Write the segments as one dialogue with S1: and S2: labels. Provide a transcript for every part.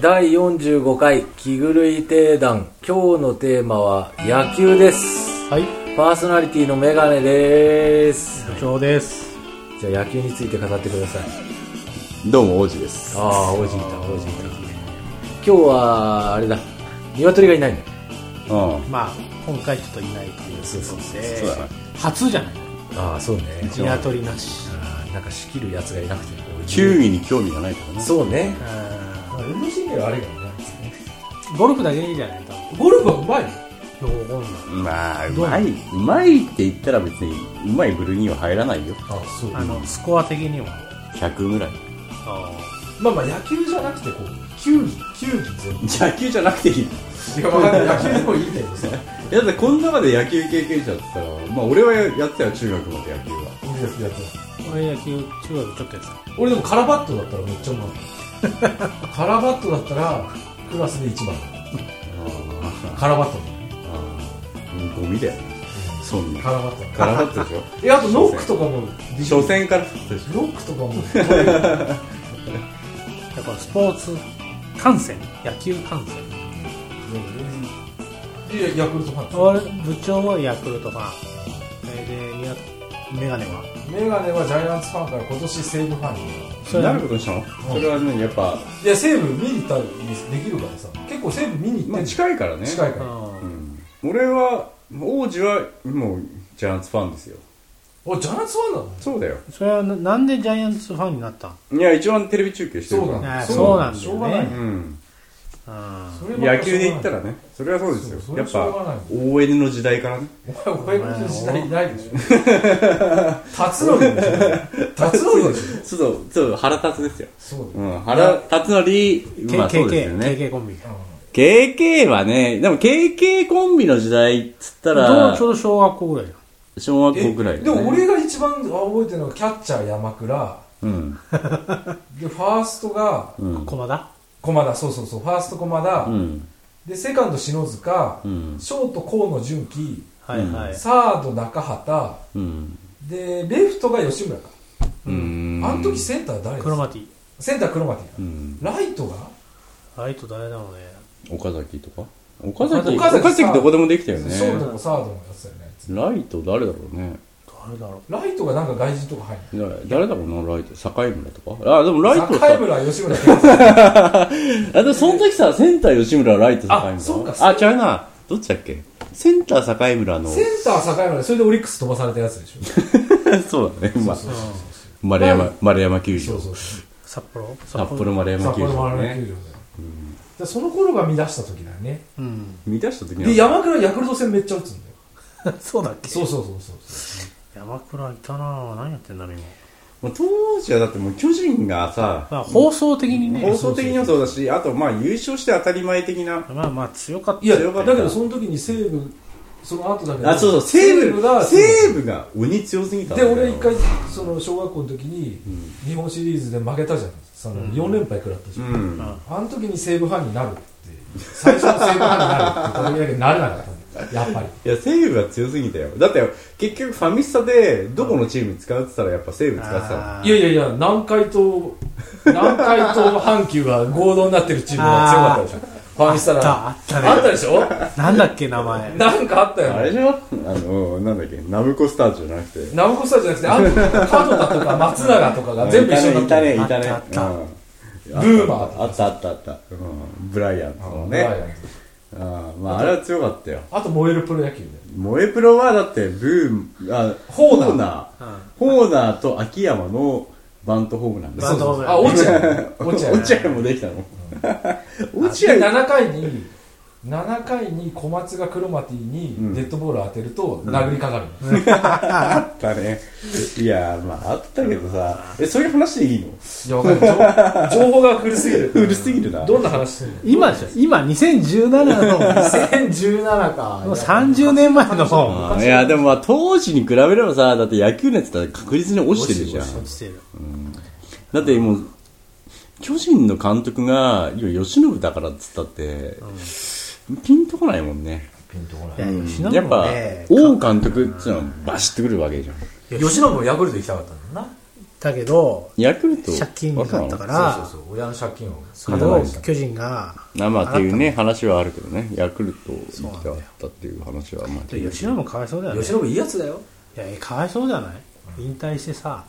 S1: 第45回着狂い定談今日のテーマは野球です
S2: はい、
S1: パーソナリティのメガネです
S2: 部長です。
S1: じゃあ野球について語ってください
S3: どうも王子です
S1: ああおじいたおじいた今日はあれだ鶏がいないの
S3: うん
S2: まあ、今回ちょっといないということで、
S3: そうだな
S2: 初じゃない
S1: ああそうね
S2: 鶏なし。
S1: あーなんか仕切るやつがいなくて
S3: 球技に興味がないからね
S1: そうね
S2: うん
S1: MCA はあれだよね
S2: ゴルフだけいいじゃない多分
S1: ゴルフはうまい
S2: どう思うの
S3: まあうまいうまいって言ったら別にうまい部類には入らないよ
S1: あそう
S2: あの、スコア的にも。
S3: 100ぐらい
S2: あ
S1: まあまあ野球じゃなくてこう球技球技全
S3: 野球じゃなくていい
S1: 部いやまあ野球でもいいんだけ どさ
S3: だってこの中で野球経験者だったらまあ俺はやってたよ中学まで野球は
S1: 俺野球やってない
S2: ー俺野球、中学ちょっとやってた。
S1: 俺でもカラバットだったらめっちゃう まいカラバットだったらクラスで一番カラバット
S3: ああゴミだよねそんな
S1: カラバット
S3: からだったでしょ
S1: えあとノックとかもでしょ
S3: 初戦からだったでし
S1: ノックとかも
S2: やっぱスポーツ観戦、野球観戦。
S1: いやヤクルトファン
S2: 俺、部長はヤクルトファン。それで、ニアメガネは
S1: メガネはジャイアンツファンから今年西武ファンに
S2: そ
S3: ょ
S2: れ
S3: なることにしたのそれはねやっぱ
S1: いや西武見に行ったりできるからさ結構西武見に行っ
S3: ま
S1: て
S3: あ
S1: ん
S3: 近いからね
S1: 近いから
S2: う
S3: うんん俺は王子はもうジャイアンツファンですよ
S1: おジャイアンツファンなの
S3: そうだよ
S2: それはななんでジャイアンツファンになったの
S3: いや一番テレビ中継してる
S1: そう
S3: か
S1: な
S3: ら
S1: ん
S2: あ
S1: だ
S2: ーそうなんだよね
S1: しょうがない
S3: うん、
S2: うん
S1: そればっ
S3: 野
S1: か
S3: 球で言ったらねそれはそうですよ
S1: そうそれ
S3: や
S1: は
S3: っ
S1: しょうがない
S3: ぱ ON の時代からね
S1: お前親の時代いないで しょ辰徳でしょ辰徳でしょ
S3: ちょっとちょっと腹立つですよ、
S1: そうだよ
S3: うん、腹立つのり、
S2: K-
S3: まあそうですよ
S2: KK、
S3: ね
S2: KK コンビ。
S3: KK はねでも KK コンビの時代っつった
S2: ど
S3: ら
S2: うちょうど小学校ぐらいだ
S3: 小学校ぐらい
S1: え
S3: だ
S1: で
S3: よね
S1: も俺が一番覚えてるのはキャッチャー山倉
S3: うん
S1: でファーストが
S3: うん
S2: 駒田
S1: 駒田そうそうそうファースト駒田、
S3: うん
S1: でセカンド篠塚、
S3: うん
S1: ショート河野純喜
S2: はいはい。
S1: サード中畑
S3: うん
S1: でレフトが吉村か
S3: うん
S1: あの時センター誰で
S2: クロマティ。
S1: すセンター黒マティ
S3: うん
S1: ライトが
S2: ライト誰だろうね。
S3: 岡崎とか岡崎
S1: 岡崎さ
S3: 岡崎どこでもできたよね
S1: ショートもサードもやってたよね
S3: ライト誰だろうね
S2: 誰だろ
S1: ライトがなんか外人とか入る
S3: だ誰だろうなライト境村とかあでもライトさ
S1: 境村は吉村健介
S3: あ、でもその時さ、センター吉村、ライト境村。
S1: あそうか
S3: あ、違うな。どっちだっけセンター境村の。
S1: センター境村でそれでオリックス飛ばされたやつでしょ
S3: そうだね。まあ、
S1: そうそう
S3: 丸山、丸山球場。
S1: そうそう
S2: 札幌
S3: 札幌丸
S1: 札
S3: 山球
S1: 幌
S3: 場
S1: 丸
S3: ね。
S1: 山球場だよ、でその頃が見出した時だよね
S2: うん。
S3: 見出した時
S1: で
S3: には、
S1: 山倉ヤクルト戦めっちゃ打つんだよ
S2: そうだっけ
S1: そうそうそうそう
S2: 山倉いたなぁ。何やってんだろう今。
S3: もう当時はだってもう巨人がさ、
S2: まあ放送的に
S3: 放
S2: ね。
S3: 送的にもそうだし、あとまあ優勝して当たり前的な。
S2: まあまあ強かった。
S1: いや
S3: 強かった
S1: だけどその時に西武その後だけど
S3: あ、そうそう、西武
S1: が
S3: が、西武が鬼強すぎたんだ
S1: で
S3: よ
S1: 俺一回その小学校の時に日本シリーズで負けたじゃんその4連敗食らったじ
S3: う
S1: ゃん、
S3: ん。
S1: あの時に西武ファンになるって最初の西武ファンになるってこれだけなれなかったんだよやっぱり
S3: いや、西武が強すぎたよ。だって、結局ファミスタで、どこのチーム使うって言ったらやっぱ西武使ってたの
S2: あー
S1: いやいやいや、南海と、南海と阪急が合同になってるチームが強かったでしょ。ファミスタな
S2: あったあったね
S1: あったでしょ
S2: なんだっけ名前。
S1: なんかあった
S3: あ
S1: よね。
S3: れでしょあの、なんだっけ、ナムコスターズじゃなくて。
S1: ナムコスタジオじゃなくて、あと、角田とか松永とかが全部一緒に
S3: いた
S1: なって
S3: ね、
S1: る。
S3: いたね。
S2: あったあっ
S3: う
S1: ブ
S3: ん
S1: ーマー
S3: あったあったあった。うんブライアンと
S1: あ
S3: の
S1: ブライア
S3: ね。
S1: ンズ
S3: あまあ、あれは強かったよ。
S1: あと、燃えるプロ野球で。
S3: 萌えプロはだって、ブー、あ、
S1: ホーナー
S3: ナー。ホーナーと秋山のバントホームなんだ
S2: バントホームラン
S1: あ、落ち落ち
S3: 落合もできたの。落合、
S1: 7回に、7回に小松がクロマティにデッドボールを当てると殴りかかる。
S3: あったね。いや、まあ、あったけどさ。え、そういう話でいい の
S1: いや、わかる。情情報が古すぎる。
S3: 古すぎるな。
S1: どんな話してるの
S2: 今でしょ今2017の
S1: ?2017か。
S2: もう30年前の方。
S3: あーいや、でもまあ、当時に比べればさ、だって野球熱って確実に落ちてるじゃん。
S2: 落ちてる。
S3: だってもう、巨人の監督が、いや、吉信だからっつったって、ピンとこないもんね。
S1: ピンとこない
S2: や、吉野
S3: やっぱ
S2: ね、、
S3: 王監督っていうのはバシッとくるわけじゃん。
S1: 吉野もヤクルト行きたかったんだな
S2: たけど、
S3: ヤクルト
S2: 借金だったか
S3: わ
S1: そう
S2: ら
S1: そう、そう親の借金を
S2: それ
S3: 勝た
S2: を
S3: ないじ
S2: 巨人が、
S3: らんまあっていうね話はあるけどねヤクルト行きたかったっていう話はまあ
S2: 吉野もかわいそうだよね。
S1: 吉野部いいやつだよ
S2: いや、かわいそうじゃない引退してさ、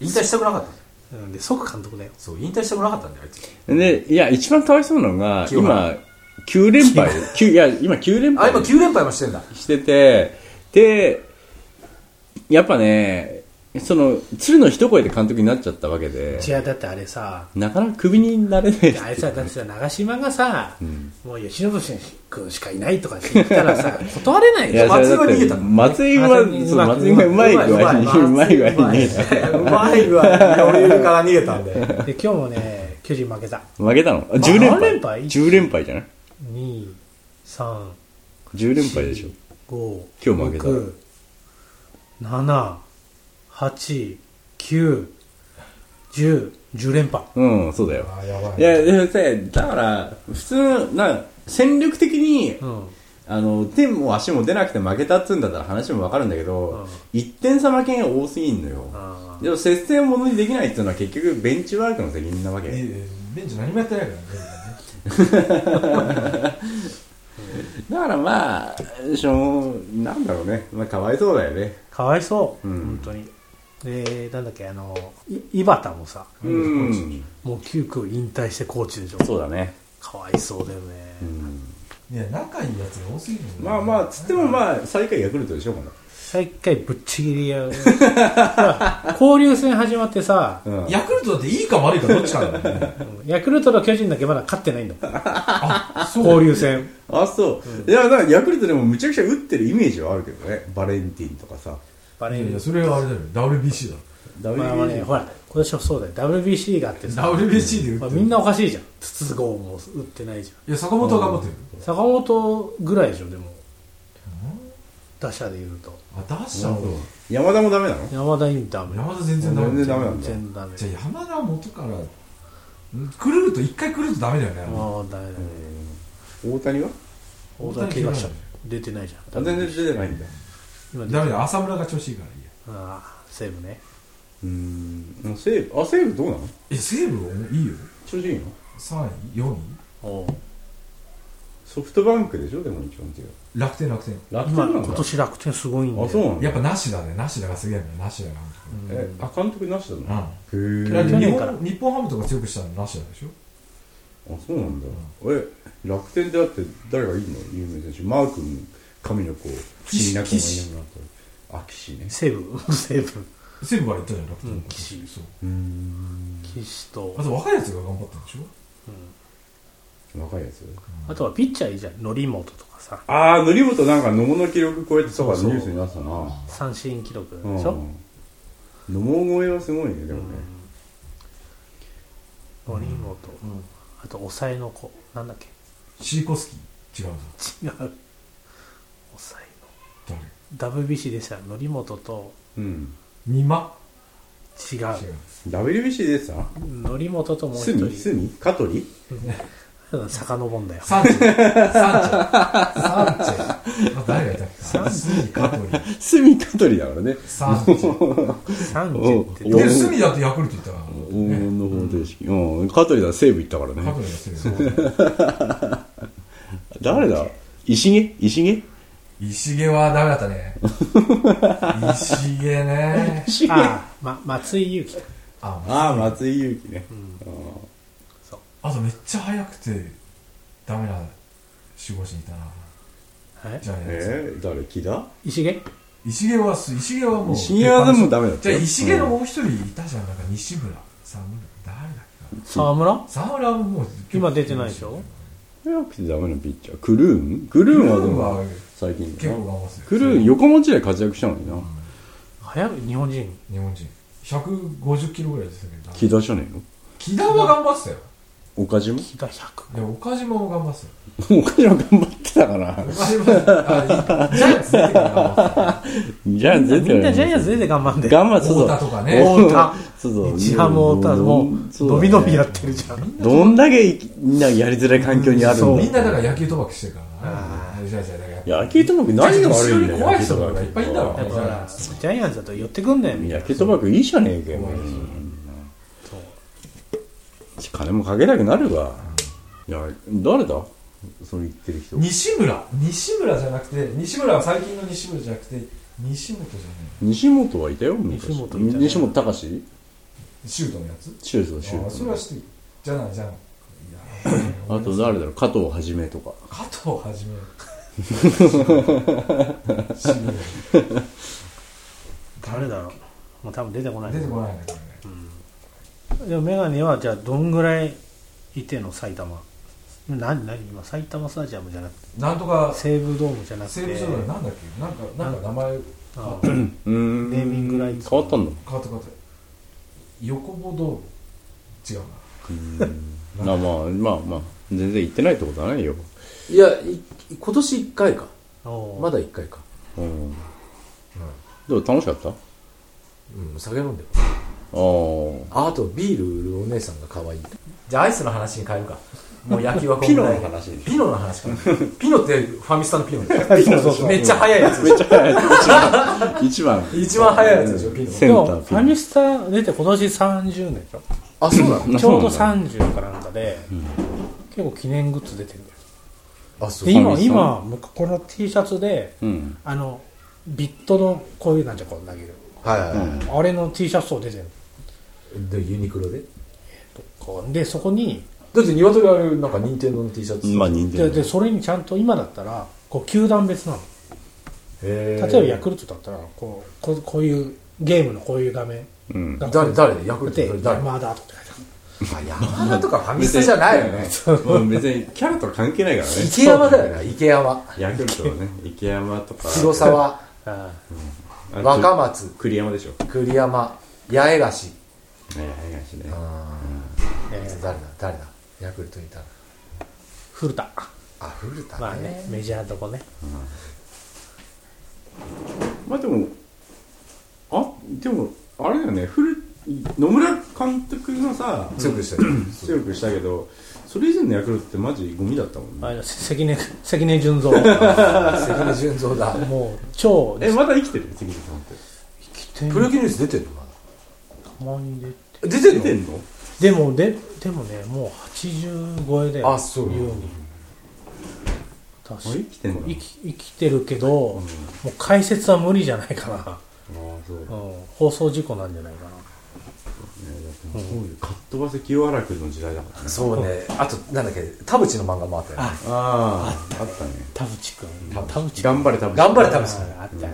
S1: 引退したくなかった
S2: うんで、即監督だよ。
S1: そう引退したくなかったんだよあいつ
S3: でいや一番かわいそうなのが
S1: 清
S3: 今
S1: 原
S3: 9連敗9いや今9連
S1: あ
S3: 敗
S1: 今9連敗もしてんだ
S3: しててでやっぱねその鶴の一声で監督になっちゃったわけで
S2: 違う、だってあれさ、
S3: なかなかクビになれない
S2: いやあいつはだってさ、長嶋がさ、もう吉野君しかいないとか言ったら さ、断れない
S3: い
S2: でし
S3: や
S2: ょ。
S3: それだっ
S1: 松井は逃げたの
S3: て松井はそう松井がうまい具合にうまい具合にね
S1: うまい具合に俺から逃げたんで
S2: で、今日もね、巨人負けた。
S3: 負けたのあ10連
S2: 何
S3: 敗
S2: 連敗
S3: 10連敗じゃない
S2: 2、3、
S3: 10連敗でしょ
S2: 5、
S3: 今日負けた
S2: 6、7、8、9、10、10連覇。
S3: うんそうだよ
S1: あやば
S3: いやでもさだから普通な戦力的に
S2: うん。
S3: あの手も足も出なくて負けたっつうんだったら話も分かるんだけど、1点差負けが多すぎんのよ
S2: あ
S3: でも接戦をものにできないっていうのは結局ベンチワークの責任なわけ、
S1: ベンチ何もやってないからね
S3: だからまあしょうなんだろうね、まあ、かわいそうだよね
S2: かわいそう、
S3: うん
S2: 本当に。で、なんだっけ、あの、い井端もさ、
S3: うん
S2: もう9区引退してコーチでしょ。
S3: そうだね、
S2: かわいそうだよね。
S3: うん
S1: いや仲いいやつが多すぎるんだよ
S3: まあまあつってもまあ最下位ヤクルトでしょか
S2: 最一回ぶっちぎりやる。 交流戦始まってさ、
S3: な、うん、
S1: ヤクルトだっていいか悪いかどっちかなんだよね
S2: ヤクルトと巨人だけまだ勝ってないんだもん。
S1: あ
S2: 交流戦。
S3: あそう、いやだからヤクルトでもむちゃくちゃ打ってるイメージはあるけどねバレンティンとかさ
S2: バレ
S1: いやい
S2: ー
S1: やそれはあれだよ WBC だ
S2: まあまあね、ほら、今年はそうだよ。WBC があってさ、
S1: WBC で打ってる、
S2: まあ、みんなおかしいじゃん。筒香も打ってないじゃ
S1: いや坂本は頑張ってる
S2: ん。坂本ぐらいでしょ、でも。打者で言うと。
S1: あ出したの
S3: 山田もダメなの
S2: 山田インターメ
S1: 山田全然ダメ
S3: 全然ダメなんだ
S2: 全然ダメ。
S1: じゃあ山田は元からん狂うと一回狂うとダメだよね
S2: もうダメだね。
S3: 大谷は
S2: 大谷怪我しちゃう。出てないじゃ
S3: あ
S2: ん。
S3: 全然出てないんだ
S2: 今出て
S1: ダメだよ浅村が調子いいからいいや
S2: ああ、セーブね。
S3: うん西武あ西武どうなの
S1: え西武いいよ
S3: 調子いいの
S1: 3位4位
S2: おう
S3: ソフトバンクでしょでも一番強い
S1: 楽天楽天
S3: 楽天
S2: 今、
S3: なんだ
S2: 今年楽天すごいんで。
S3: あそうなんだ
S1: やっぱ梨田ね梨田がすげえね梨田が
S3: えあ監督なしだな
S1: うん
S3: へ
S1: いや
S3: え
S1: 日
S2: 去年から
S1: 本日本ハムとか強くしたのなしなんでしょ
S3: あそうなんだえ楽天でだって誰がいいの有名選手マー君神の子不思議な子もいなくなったあ岸ね
S2: セー ブ、セーブ。
S1: 西武から行ったじゃん楽天
S2: うん岸
S1: そう
S3: うん
S2: 岸と
S1: あ、と若いやつが頑張ったんでしょ
S3: 若いやつ
S2: あとはピッチャーいいじゃん。則本とかさ、
S3: ああ則本なんか野茂の記録超えてそば
S2: そうそう
S3: ニュースになってたな
S2: 三振記録で
S3: うん
S2: しょ。
S3: 野茂超えはすごいねでもね
S2: 則本。あと、抑えの子。なんだっけ
S1: シーコスキー違うぞ
S2: 違う。抑え
S1: 誰
S2: の。WBC でした。則本と
S3: うん
S1: 美馬
S2: 違う。
S1: 違う
S3: WBC でさ
S2: 則本ともう一
S3: すみ
S2: 人。
S3: すみ香取
S2: さかのぼんだよ。
S1: サンチェサンチェサンチェあ誰がいたっけサンスミカトリ
S3: すみ香取だからね
S1: サンチェ
S2: サンチェって
S3: おう
S2: ど
S1: で
S2: う
S1: スミだってヤクルト行ったから
S3: 黄金の方程式うん香取だ西武行ったから
S1: カ
S3: ね
S1: トリがする
S3: 誰だ石毛石毛
S1: 石毛はダメだったね石毛ね
S3: 石毛あ
S2: ああ、ま、松井裕樹だ。
S1: あ
S3: あ松井裕樹ね
S1: あとめっちゃ速くてダメな守護神いたな
S2: はい
S1: じゃあやつ
S3: えー誰木田
S2: 石毛
S1: 石毛はす石毛はもう
S3: 石毛はでもダメだった
S1: じゃあ
S3: よ
S1: 石毛のもう一人いたじゃんなんか西村沢村誰だっけな
S2: 沢村
S1: 沢村はもう
S2: 今出てないでしょ
S3: 早くてダメなピッチャークルーンクルーンはでも最近
S1: 結
S3: だ
S1: 構
S3: な
S1: 頑張って
S3: クルーン横持ちで活躍したのにな
S2: 早い日本人。
S1: 日本人150キロぐらいですけど
S3: 木田じゃねえの
S1: 木田は頑張ってたよ
S3: 岡島
S2: 木田100。
S1: で岡島も頑張ってたよ
S3: 岡島頑張ってたから
S1: 岡島あジャイアンツ出てから頑張ってたよ
S2: み
S3: ジャイアンツ出て
S2: んなジャイアンツ
S3: 出
S2: 出て頑張んで。
S3: 頑張って
S1: 太
S3: そう
S1: 田
S3: だ
S1: とかね
S3: お
S2: 太田。
S3: そうそう
S2: 日ハムをただもう、
S3: そう
S2: 伸
S3: だね
S2: び伸びやってるじゃん。
S3: どんだけみんなやりづらい 環境にあるんだ
S4: みんなだから野球賭博してるからな。じゃあじゃあだから。
S3: 野球賭博何が悪いんだ
S4: 後ろ
S3: よ
S4: に怖い人とかがいっぱいいんだろ。
S2: だから、
S4: そ
S2: ジャイアンツだと寄ってくんだよ、みんな
S3: 野。球賭博いいじゃねえかよ
S4: う
S3: 金もかけなくなるわいや誰だそれ言ってる人
S4: 西村。西村じゃなくて、西村は最近の西村じゃなくて、西本じゃない。
S3: 西本はいたよ昔
S2: 西本いたね
S3: 西本隆史
S4: シュートのやつ
S3: シューズのシュ
S4: あそれ
S3: ー
S4: は
S3: ズ
S4: 知ってる。じゃないじゃん。いや
S3: あと誰だろう加藤はじめとか
S4: 加藤は じめ。
S2: 誰だろう。もう多分出てこない。
S4: 出てこないね、これね。
S2: でもメガネはじゃあどんぐらいいての埼玉何何今埼玉スタジアムじゃなくて
S4: なんとか、
S2: 西武ドームじゃなくて
S4: 西武場内なんだっけなんか、なんか名前変わった。変
S3: うーん
S2: ネーミングライツ
S3: 変わったんだ
S4: わった変わった。横歩ドーム違うな。
S3: まあまあまあまあ全然行ってないってことはないよ
S1: いやい今年1回か
S2: おう
S1: まだ1回か
S3: うんどう楽しかったあ
S1: うん酒飲んでる
S3: あ
S1: ああとビール売るお姉さんが可愛いじゃあアイスの話に変えるかもう野球はこん
S3: ピノ
S1: ぐらい
S3: の話でしょ
S1: ピノの話かピノってファミスタのピノ
S2: そうそうそう
S1: めっちゃ速いやつ
S3: めっちゃ早いやつ一番
S1: 一番速いやつでしょピノ
S3: セ
S2: で
S3: ンタ
S2: も
S3: ー
S2: ファミスタ出て今年30年でしょ
S1: あそうなの
S3: ピノ
S2: ちょうど
S3: あそうなん
S2: 30かなんかで、結構記念グッズ出てるんだよ
S1: あそ
S2: で
S1: う
S3: フ
S2: 今
S3: ァミスタ
S2: 今僕この T シャツで
S3: だうん
S2: あのビットのこういうなんじゃこう投げる
S1: はいはいは
S2: あれの T シャツを出てる
S1: いでユニクロで
S2: こうでそこに
S1: だって鶏あれなんか任天堂の T シャツ
S3: まあ人
S2: で
S3: 間
S2: でそれにちゃんと今だったらこう球団別なの
S1: 例
S2: 例えばヤクルトだったらこうこうこういうゲームのこういう画面
S3: うん
S2: が
S1: 誰誰ヤクルト
S2: で
S1: 誰誰
S2: 山田とか書いて
S1: あ山田とかファミスタじゃないよね
S3: まあ別にキャラとか関係な いからね
S1: 池山だよな池山
S3: ヤクルトはね池山とか
S1: 広 沢
S2: ある
S3: あと
S1: 若松
S3: 栗山でしょ
S1: 栗山八重樫
S3: はいはいはいしね
S1: あ
S2: え
S1: ー
S2: ー
S1: 誰だ誰だヤクルトにいたの
S2: 古田
S1: あ古田ね,、
S2: まあねメジャーどこね
S3: まあでもあでもあれだよね古野村監督がさ
S1: 強くしたよね
S3: 強くしたけどそれ以前のヤクルトってマジゴミだったもんね
S2: あの関根関根純三
S1: 関根純三だ
S2: もう超
S3: えまだ生きてる関根さんって
S2: きてん
S1: プロ野球ニュース出てるのま
S2: たまに出て
S1: だ出て
S3: 出て
S1: る
S3: んの
S2: でもででもねもう80超えで
S1: あそう
S2: 言うに確か
S3: あ生きてんだ
S2: 生き生きてるけど、もう解説は無理じゃないかな、
S3: ああそうね
S2: うん、放送事故なんじゃないかな
S3: だってもうかっ飛ばせ清原君の時代だからね
S1: のそうねあとなんだっけ田淵の漫画もあったよね
S3: あああったね
S2: 田淵君田淵君
S3: 頑張れ田淵
S1: 頑張れ田淵
S2: あったよ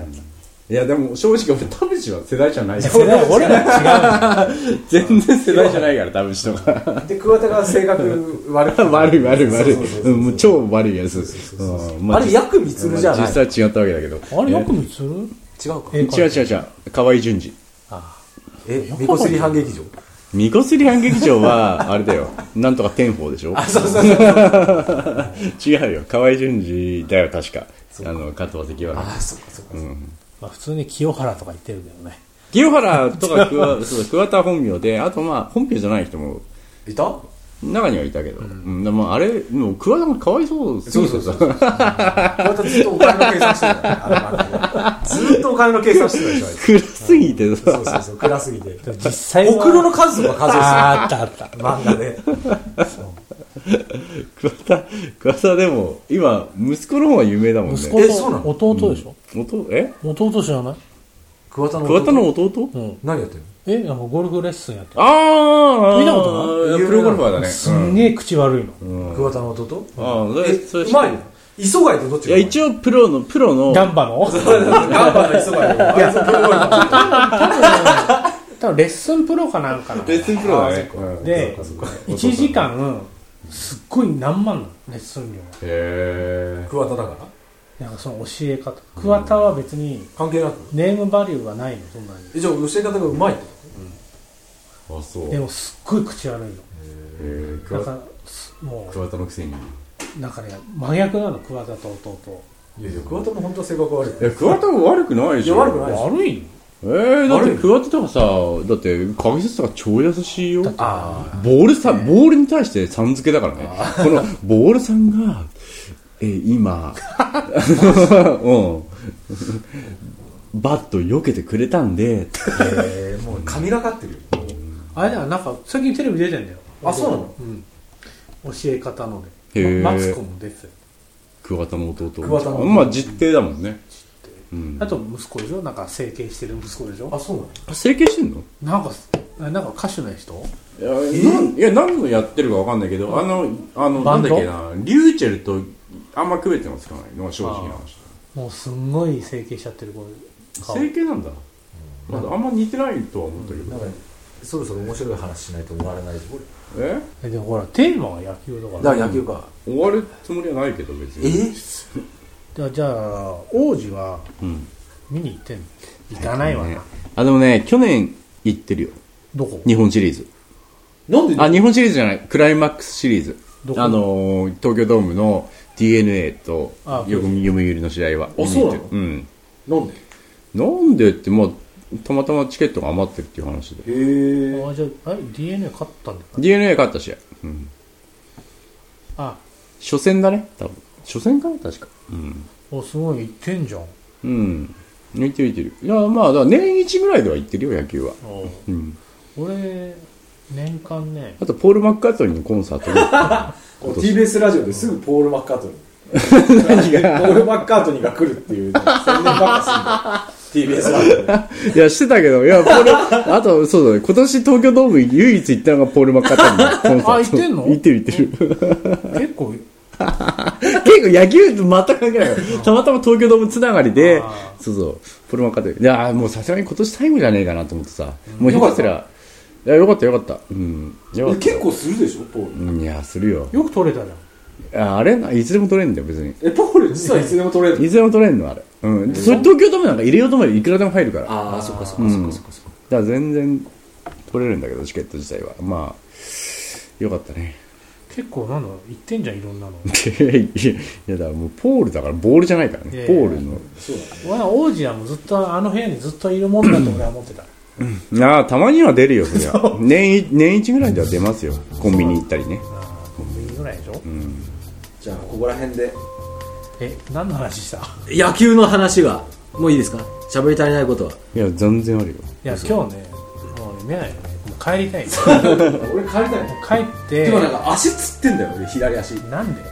S3: いやでも正直俺田淵は 世代じゃないよ
S2: 世代俺ら違う
S3: 全然世代じゃないから田淵とか
S1: で桑田が性格 悪く
S3: 悪い悪い悪い
S1: そうそうそうそ
S3: う
S1: うん
S3: もう超悪いやつうんま
S1: あれヤクミツルじゃない
S3: 実際違ったわけだけど
S2: あれよく見つる
S1: 違うか
S2: え
S3: え違う違う違う河合淳二
S1: えミコスリ反撃場
S3: ミコスリ反劇場はあれだ よなんとか天宝でしょあそうそうそう 違うよ河合淳二だよ確かあの加藤関は
S1: あそっかそっかそっか
S2: まあ普通に清原とか言ってるけどね
S3: 清原とか桑 そう桑田本名であとまあ本名じゃない人も
S1: いた
S3: 中にはいたけど、うんでもあれもう桑田もかわいそうすぎてさ
S1: またずっとお金の計算してたよあの番組ずっとお金の計算してたでしょあいつ
S3: 暗すぎ て
S1: そう
S3: さ
S1: そうそう暗すぎて
S2: でも実際
S1: おくろの数とか数
S2: ああったあった
S1: えてた漫画で
S3: 桑田桑田でも今息子の方が有名だもんね
S2: 息子
S1: えそうなの
S2: と弟でしょ
S3: 弟え
S2: 弟知らない
S1: 桑田の弟
S3: 桑田の弟
S2: うん
S1: 何やってんの
S2: えなんかゴルフレッスンやってる
S3: ああ
S2: 見たこと
S1: ない
S3: プロゴルファーだね
S2: すんげえ口悪いの
S1: 桑田の弟
S3: ああそ
S1: え
S3: れそれ
S1: うまいの磯貝とどっち
S3: いや一
S1: 応
S3: 応プロのプロの
S2: ガンバの
S1: ガンバの磯貝とあいつプロゴルファー
S2: 多分レッスンプロかなんかな
S3: レッスンプロだねうんへ
S2: で1時間すっごい何万のレッスン料が
S3: え
S1: 桑田だから
S2: なんかその教え方桑田は別に
S1: 関係なく
S2: ネームバリューはないのそんなに
S1: えじゃあ教え方がうまいって
S3: あそう
S2: でもすっごい口悪いの
S3: へえ
S2: なん
S3: 桑
S2: かすも
S3: 桑田のくせにいう
S2: なんかね真逆なの桑田と弟
S1: いやいや桑田も本当は性格悪い
S3: や桑田も悪くないでしょ
S1: いや悪くない
S2: 悪い
S3: いえー、だっ
S5: 悪
S3: て
S5: い
S3: 桑田とかさだって解説とか超優しいよ
S5: ああ
S3: ボールさん、ボールに対してさん付けだからね。このボールさんが、えー 今、うん、バット避けてくれたんで、
S5: えー、もう神がかってるよ
S2: あれだよなんか最近テレビ出てんだよ
S5: あそうなの
S2: うん教え方の
S3: へ
S2: で
S3: ー
S2: マツコも出てたよ
S3: 桑田の弟。
S5: 桑田の弟
S3: まあ実定だもんね。うん
S2: あと息子でしょなんか整形してる息子でし
S5: あ
S2: ょ
S5: そうなの
S3: 整形してんの
S2: なんかなんか歌手の人
S3: いや、なんいや何のやってるかわかんないけど、あの、あの、
S2: バ
S3: な
S2: ン
S3: んだ
S2: ド
S3: っけな、リューチェルとあんま区別がつかないのが正直な話。
S2: もうすんごい整形しちゃってる子顔
S3: 整形なんだ。まだあんま似てないとは思ったけ
S5: な
S3: ど
S5: ん。かそろそろ面白い話しないと終わらないぞこれ
S3: え
S2: えでもほらテーマは野球だから
S5: だから野球か、
S3: 終わるつもりはないけど別
S5: え
S3: に。
S2: じゃあじゃあ王子は
S3: うん
S2: 見に行ってんの行かないわな、
S3: ねあでもね去年行ってるよ
S2: どこ
S3: 日本シリーズ
S5: なんで
S3: あ日本シリーズじゃないクライマックスシリーズ
S2: どこ
S3: あのー東京ドームの d n a と
S2: あ
S3: よく読売の試合は
S5: あそうなの
S3: 見に
S5: なんで
S3: 行ってるうんなんでってまあたまたまチケットが余ってるっていう話で
S5: へえ
S2: あじゃああれ d n a 勝ったんだか
S3: d n a 勝った試合、うん、
S2: あ
S3: 初戦だね多分初戦かな確かうん
S2: おすごい行ってんじゃん
S3: うん行ってる行ってるいやまあだから年一ぐらいでは行ってるよ野球はうん
S2: 俺年間ね
S3: あとポール・マッカートニーのコンサートに行った
S5: こう TBS ラジオですぐポール・マッカートニ ーポール・マッカートニーが来るっていう宣伝ばっかすんだよ TBS ラジオで
S3: いや、してたけど、いや、ポール、あと、そうだね、今年東京ドーム唯一行ったのがポール・マッカータンのコンサー ト。
S2: あ行ってんの
S3: 行ってる行ってる。
S2: 結構
S3: 結構野球と全く関係ないからたまたま東京ドームつながりで
S2: あ、
S3: そうそう、ポール・マッカータン。いや、もうさすがに今年最後じゃねえかなと思ってさ、もうひたすら、いや、よかったよかった。うん。よかった。
S5: 結構するでしょポール
S3: うんいや、するよ。
S2: よく取れたじゃん
S3: ああれないつでも取れんだよ、別に。
S5: えポール実はいつでも取れる
S3: いつでも取れんの、あれ。うん。それ東京ドームなんか入れようと思えばいくらでも入るから。
S5: ああそっかそっ
S3: うんだから全然取れるんだけどチケット自体はまあよかったね
S2: 結構なんだろう行ってんじゃんいろんなの
S3: いやだからもうポールだからボールじゃないからね
S2: いやい
S3: ポ
S2: や
S3: ールの
S5: そうだね
S2: 俺は王子はもうずっとあの部屋にずっといるもんだと俺は思ってた
S3: ああたまには出るよそりゃ年一年一ぐらいでは出ますよコンビニ行ったりね
S2: あーコンビニぐらいでしょ、
S5: じゃあここら辺で
S2: え何の話したい
S6: 野球の話がもういいですか喋り足りないことはい
S3: や全然あるよ
S2: や今日ねもうね見ないよねもう帰りた
S5: 俺帰
S2: い
S5: りたいの
S2: 帰って
S5: でもなんか足つってんだよ俺左足
S2: なんで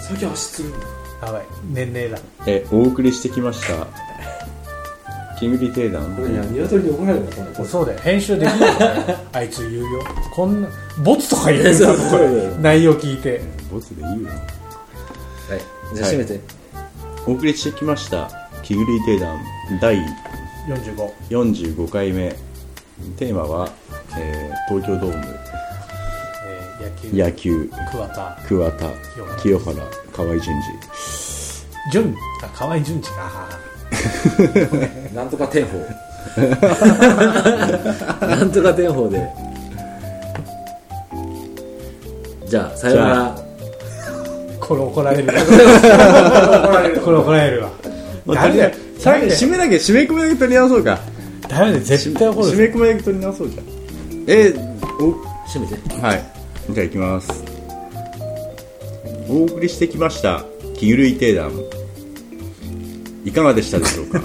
S5: 最近足つるんだよ
S2: やばい年齢だ
S3: えお送りしてきましたキングリテイダン
S5: これね鶏に怒られるんだこの子
S2: そうだよ編集できないから ねあいつ言うよこんなボツとか 言うよこれ内容聞いて
S3: ボツでいいよ
S6: はいじゃあ閉めて、
S3: お送りしてきましたキングリテイダン第
S2: 45
S3: 45回目テーマは、えー東京ドーム
S2: えー野球
S3: 野球
S2: 桑田
S3: 桑田
S2: 清
S3: 清原河合淳
S2: 淳あ河合淳二か
S5: なんとか天保
S6: なんとか天法でじゃあさような
S3: じ
S6: ら
S2: これ怒ら れるこれ怒られるわ
S3: 二
S2: ダメだよダメだよ
S3: めだけ締め込みだけ取り直そうか
S2: ダメだよ絶対怒る
S3: 締め込みだけ取り直そうじゃんえーお
S6: 閉めて
S3: はいじゃあいきますお送りしてきました「気狂い定談」いかがでしたでしょうか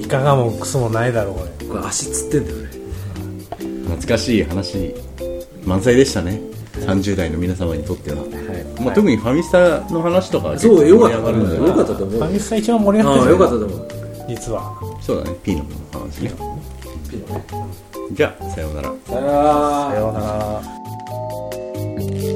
S2: いかがもクソもないだろうこれ
S6: これ足つってんだよね
S3: 懐かしい話満載でしたね30代の皆様にとっては、
S6: い
S3: まあ、特にファミスタの話とかは
S6: そうよかった
S3: 結構盛り上がるんじゃない
S6: よかったと思う
S2: ファミスタ一番盛り上が
S6: あ
S2: っ
S6: あ
S2: た
S6: よかったたと思う
S2: 実は
S3: そうだねピーノの話ね
S5: ピノね
S3: じゃあさようなら
S5: さよなら
S2: さような
S6: 「
S2: ら